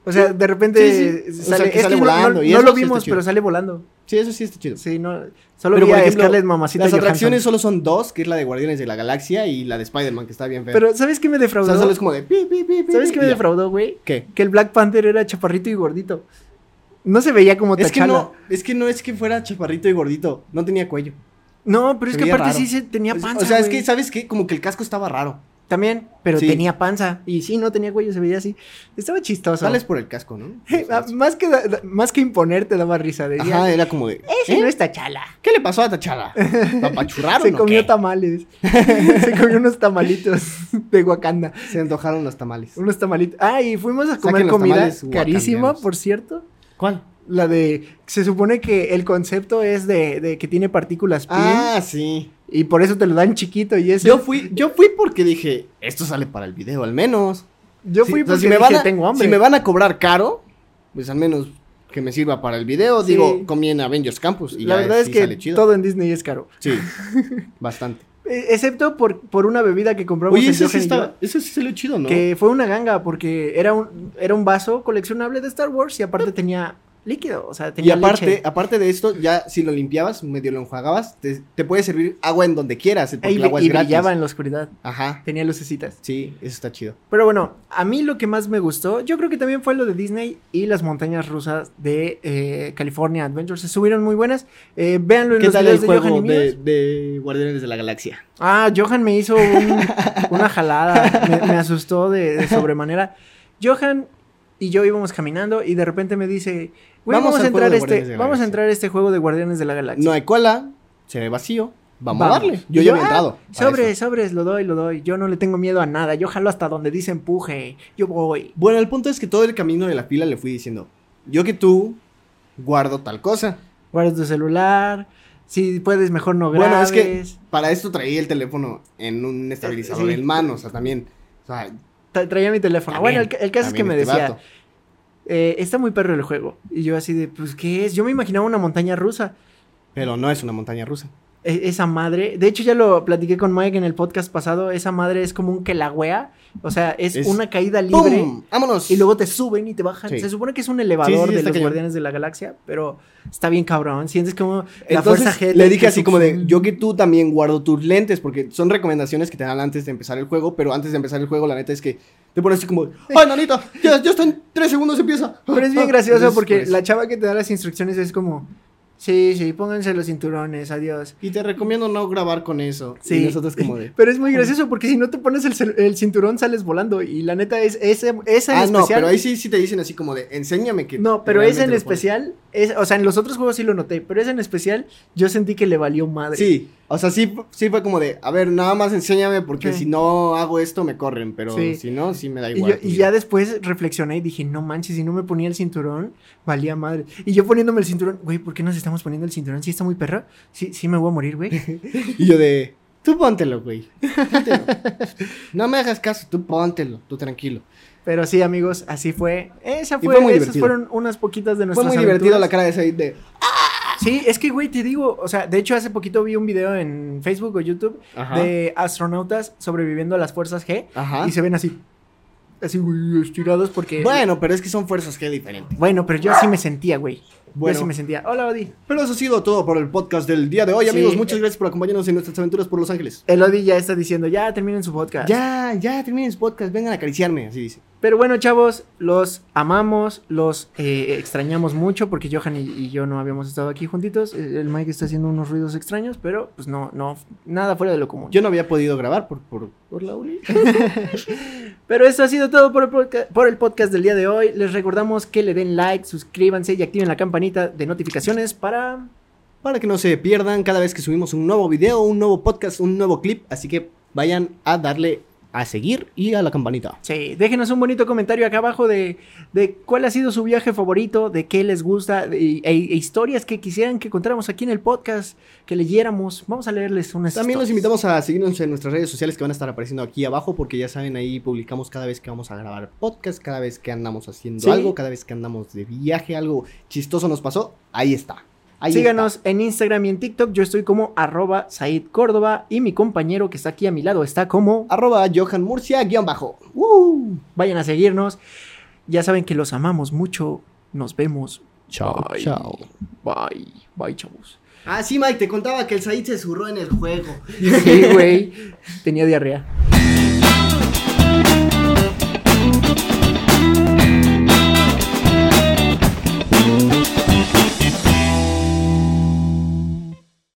Speaker 1: O sea, de repente
Speaker 2: sí. O sea,
Speaker 1: sale,
Speaker 2: que
Speaker 1: es
Speaker 2: sale
Speaker 1: que no-
Speaker 2: volando
Speaker 1: No,
Speaker 2: y
Speaker 1: no
Speaker 2: eso
Speaker 1: lo
Speaker 2: sí está
Speaker 1: vimos,
Speaker 2: chido.
Speaker 1: pero sale volando.
Speaker 2: Sí, eso sí está chido.
Speaker 1: Sí, no. Solo
Speaker 2: Pero,
Speaker 1: vi
Speaker 2: por
Speaker 1: a
Speaker 2: ejemplo,
Speaker 1: Scarlett Mamacita
Speaker 2: Las
Speaker 1: Johansson.
Speaker 2: atracciones solo son dos, que es la de Guardianes de la Galaxia y la de Spider-Man, que está bien fea.
Speaker 1: Pero ¿sabes qué me
Speaker 2: o
Speaker 1: defraudó?
Speaker 2: sea, solo es como de pi, pi, pi, pi,
Speaker 1: ¿Sabes
Speaker 2: pi,
Speaker 1: qué me
Speaker 2: y ya.
Speaker 1: defraudó, güey?
Speaker 2: ¿Qué?
Speaker 1: Que el Black Panther era chaparrito y gordito. No se veía como
Speaker 2: Es que
Speaker 1: T'Challa.
Speaker 2: no, es que no es que fuera chaparrito y gordito, no tenía cuello.
Speaker 1: No, pero es
Speaker 2: Se
Speaker 1: que
Speaker 2: veía
Speaker 1: aparte
Speaker 2: raro.
Speaker 1: sí se tenía
Speaker 2: O sea,
Speaker 1: panza.
Speaker 2: o sea, es
Speaker 1: güey.
Speaker 2: que, ¿sabes qué? Como que el casco estaba raro.
Speaker 1: También, pero
Speaker 2: Sí.
Speaker 1: tenía panza. Y sí, no tenía cuello, se veía así. Estaba chistoso.
Speaker 2: Sales por el casco, ¿no?
Speaker 1: Ah, más, que, da- da- más que imponer, te daba risa. Decía,
Speaker 2: Ajá, era como de.
Speaker 1: ese
Speaker 2: ¿eh?
Speaker 1: no está chala.
Speaker 2: ¿Qué le pasó a Tachala? ¿Papachurraron
Speaker 1: Se
Speaker 2: o
Speaker 1: comió
Speaker 2: qué?
Speaker 1: tamales. se comió unos tamalitos de Wakanda.
Speaker 2: Se antojaron los tamales.
Speaker 1: Unos tamalitos. Ah, y fuimos a comer
Speaker 2: Saquen los
Speaker 1: comida
Speaker 2: tamales
Speaker 1: carísima,
Speaker 2: wakandianos.
Speaker 1: por cierto.
Speaker 2: ¿Cuál?
Speaker 1: La de. Se supone que el concepto es de, de que tiene partículas PIN.
Speaker 2: Ah, sí.
Speaker 1: Y por eso te lo dan chiquito. Y eso.
Speaker 2: Yo fui, yo fui porque dije, esto sale para el video al menos.
Speaker 1: yo
Speaker 2: Sí,
Speaker 1: fui
Speaker 2: o sea,
Speaker 1: porque
Speaker 2: si me van
Speaker 1: dije,
Speaker 2: a,
Speaker 1: tengo hambre.
Speaker 2: Si me van a cobrar caro, pues al menos que me sirva para el video.
Speaker 1: Sí.
Speaker 2: Digo, comí en Avengers Campus y
Speaker 1: La
Speaker 2: ya
Speaker 1: verdad es
Speaker 2: sí
Speaker 1: que
Speaker 2: sale chido.
Speaker 1: todo en Disney es caro.
Speaker 2: Sí, bastante.
Speaker 1: Eh, Excepto por, por una bebida que compramos
Speaker 2: Oye,
Speaker 1: en
Speaker 2: eso sí,
Speaker 1: Johan y yo,
Speaker 2: está, eso sí salió chido, ¿no?
Speaker 1: Que fue una ganga porque era un, era un vaso coleccionable de Star Wars y aparte tenía líquido, o sea,
Speaker 2: Y
Speaker 1: tenía
Speaker 2: aparte,
Speaker 1: leche.
Speaker 2: aparte de esto, ya si lo limpiabas, medio lo enjuagabas, te, te puede servir agua en donde quieras, porque
Speaker 1: Y,
Speaker 2: el agua es
Speaker 1: y
Speaker 2: gratis.
Speaker 1: brillaba en la oscuridad,
Speaker 2: Ajá.
Speaker 1: tenía lucecitas.
Speaker 2: Sí, eso está chido.
Speaker 1: Pero bueno, a mí lo que más me gustó, yo creo que también fue lo de Disney y las montañas rusas de eh, California Adventures. Se subieron muy buenas. Eh, véanlo en
Speaker 2: ¿Qué
Speaker 1: los
Speaker 2: tal el
Speaker 1: videos de Johan
Speaker 2: juego
Speaker 1: y míos.
Speaker 2: de, de Guardianes de la Galaxia?
Speaker 1: Ah, Johan me hizo un- una jalada. Me, me asustó de, de sobremanera. Johan y yo íbamos caminando y de repente me dice, "Güey, vamos,
Speaker 2: Vamos al
Speaker 1: a entrar
Speaker 2: juego de
Speaker 1: a este,
Speaker 2: Guardianes de la
Speaker 1: vamos a
Speaker 2: Galaxia".
Speaker 1: entrar a este juego de Guardianes de la Galaxia.
Speaker 2: No hay cola, se ve vacío. Vamos,
Speaker 1: Vamos.
Speaker 2: a darle. Yo ya había
Speaker 1: Ah,
Speaker 2: entrado. a
Speaker 1: Sobres,
Speaker 2: eso.
Speaker 1: sobres, lo doy, lo doy. Yo no le tengo miedo a nada. Yo jalo hasta donde dice empuje. Yo voy.
Speaker 2: Bueno, el punto es que todo el camino de la fila le fui diciendo, yo que tú guardo tal cosa.
Speaker 1: Guardas tu celular. Si puedes, mejor no grabes.
Speaker 2: Bueno, es que para esto traía el teléfono en un estabilizador
Speaker 1: Sí.
Speaker 2: en mano, o sea, también. O sea,
Speaker 1: Tra- traía mi teléfono. bueno, el, ca- el caso es que
Speaker 2: también
Speaker 1: me
Speaker 2: este
Speaker 1: decía,
Speaker 2: vato.
Speaker 1: eh, está muy perro el juego. Y yo así de, pues, ¿qué es? Yo me imaginaba una montaña rusa.
Speaker 2: Pero no es una montaña rusa.
Speaker 1: E- Esa madre, de hecho ya lo platiqué con Mike en el podcast pasado, esa madre es como un que la wea, o sea, es,
Speaker 2: Es
Speaker 1: una caída libre
Speaker 2: ¡Pum! ¡Vámonos!
Speaker 1: y luego te suben y te bajan.
Speaker 2: Sí.
Speaker 1: Se supone que es un elevador
Speaker 2: sí,
Speaker 1: de
Speaker 2: está
Speaker 1: los
Speaker 2: cañón.
Speaker 1: Guardianes de la Galaxia, pero está bien cabrón, sientes como la
Speaker 2: Entonces,
Speaker 1: fuerza G
Speaker 2: le
Speaker 1: te-
Speaker 2: dije
Speaker 1: te
Speaker 2: así como de,
Speaker 1: succiona.
Speaker 2: yo que tú también guardo tus lentes, porque son recomendaciones que te dan antes de empezar el juego, pero antes de empezar el jujuego, la neta es que te pones así como, ¡Ay, nanita! Ya, ya están tres segundos, empieza.
Speaker 1: Pero es bien
Speaker 2: Ah,
Speaker 1: gracioso
Speaker 2: entonces,
Speaker 1: porque
Speaker 2: pues,
Speaker 1: la chava que te da las instrucciones es como, sí, sí, pónganse los cinturones, adiós.
Speaker 2: Y te recomiendo no grabar con eso.
Speaker 1: Sí.
Speaker 2: Y nosotros como de...
Speaker 1: Pero es muy gracioso porque si no te pones el, cel- el cinturón sales volando y la neta es ese, esa en
Speaker 2: Ah, no,
Speaker 1: especial.
Speaker 2: pero ahí sí, sí te dicen así como de, enséñame que...
Speaker 1: No, pero ese
Speaker 2: realmente
Speaker 1: en
Speaker 2: lo pones".
Speaker 1: especial, es, o sea, en los otros juegos sí lo noté, pero ese en especial yo sentí que le valió madre.
Speaker 2: Sí, o sea, sí, sí fue como de, a ver, nada más enséñame porque
Speaker 1: Sí.
Speaker 2: si no hago esto me corren, pero
Speaker 1: Sí.
Speaker 2: si no, sí me da
Speaker 1: Y,
Speaker 2: igual. pues,
Speaker 1: yo- y ya después reflexioné y dije, no manches, si no me ponía el cinturón, valía madre. Y yo poniéndome el cinturón, güey, ¿por qué nos estamos poniendo el cinturón? ¿Sí está muy perro? Sí, sí me voy a morir, güey.
Speaker 2: Y yo de, tú póntelo, güey. póntelo. no me hagas caso, tú póntelo, tú tranquilo.
Speaker 1: Pero sí, amigos, así fue. Esa
Speaker 2: Y
Speaker 1: fue,
Speaker 2: fue muy
Speaker 1: esas
Speaker 2: divertido.
Speaker 1: fueron unas poquitas de
Speaker 2: Fue
Speaker 1: nuestras
Speaker 2: muy divertido la
Speaker 1: aventuras.
Speaker 2: cara de Said de...
Speaker 1: Sí, es que, güey, te digo, o sea, de hecho hace poquito vi un video en Facebook o YouTube
Speaker 2: Ajá.
Speaker 1: de astronautas sobreviviendo a las fuerzas G
Speaker 2: Ajá.
Speaker 1: y se ven así, así, güey, estirados porque...
Speaker 2: Bueno, pero es que son fuerzas que diferentes.
Speaker 1: Bueno, pero yo así me sentía, güey. Yo
Speaker 2: Bueno,
Speaker 1: así me sentía. Hola, Odi.
Speaker 2: pero eso ha sido todo por el podcast del día de hoy,
Speaker 1: Sí.
Speaker 2: amigos. Muchas gracias por acompañarnos en nuestras aventuras por Los Ángeles.
Speaker 1: El Odi ya está diciendo, ya terminen su podcast.
Speaker 2: Ya, ya, terminen su podcast, vengan a acariciarme, así dice.
Speaker 1: Pero bueno, chavos, los amamos, los eh, extrañamos mucho porque Johan y, y yo no habíamos estado aquí juntitos. Eh, El Mike está haciendo unos ruidos extraños, pero pues no, no, nada fuera de lo común.
Speaker 2: Yo no había podido grabar por, por, por la uni.
Speaker 1: Pero esto ha sido todo por el, podca- por el podcast del día de hoy. Les recordamos que le den like, suscríbanse y activen la campanita de notificaciones para...
Speaker 2: para que no se pierdan cada vez que subimos un nuevo video, un nuevo podcast, un nuevo clip. Así que vayan a darle a seguir y a la campanita.
Speaker 1: Sí, déjenos un bonito comentario acá abajo de, de cuál ha sido su viaje favorito, de qué les gusta de- e, e historias que quisieran que contáramos aquí en el podcast, que leyéramos. Vamos a leerles unas
Speaker 2: También
Speaker 1: historias.
Speaker 2: los invitamos a seguirnos en nuestras redes sociales que van a estar apareciendo aquí abajo porque ya saben, ahí publicamos cada vez que vamos a grabar podcast, cada vez que andamos haciendo
Speaker 1: Sí.
Speaker 2: algo, cada vez que andamos de viaje, algo chistoso nos pasó, ahí está. Ahí
Speaker 1: Síganos en Instagram y en TikTok. Yo estoy como arroba Said Córdoba y mi compañero que está aquí a mi lado está como...
Speaker 2: está. Arroba Johan Murcia, guión bajo.
Speaker 1: ¡Uh! Vayan a seguirnos. Ya saben que los amamos mucho. Nos vemos.
Speaker 2: Chao,
Speaker 1: Bye.
Speaker 2: chao.
Speaker 1: Bye. Bye, chavos.
Speaker 2: Ah, sí, Mike, te contaba que el Said se zurró en el juego.
Speaker 1: Sí, güey. Tenía diarrea.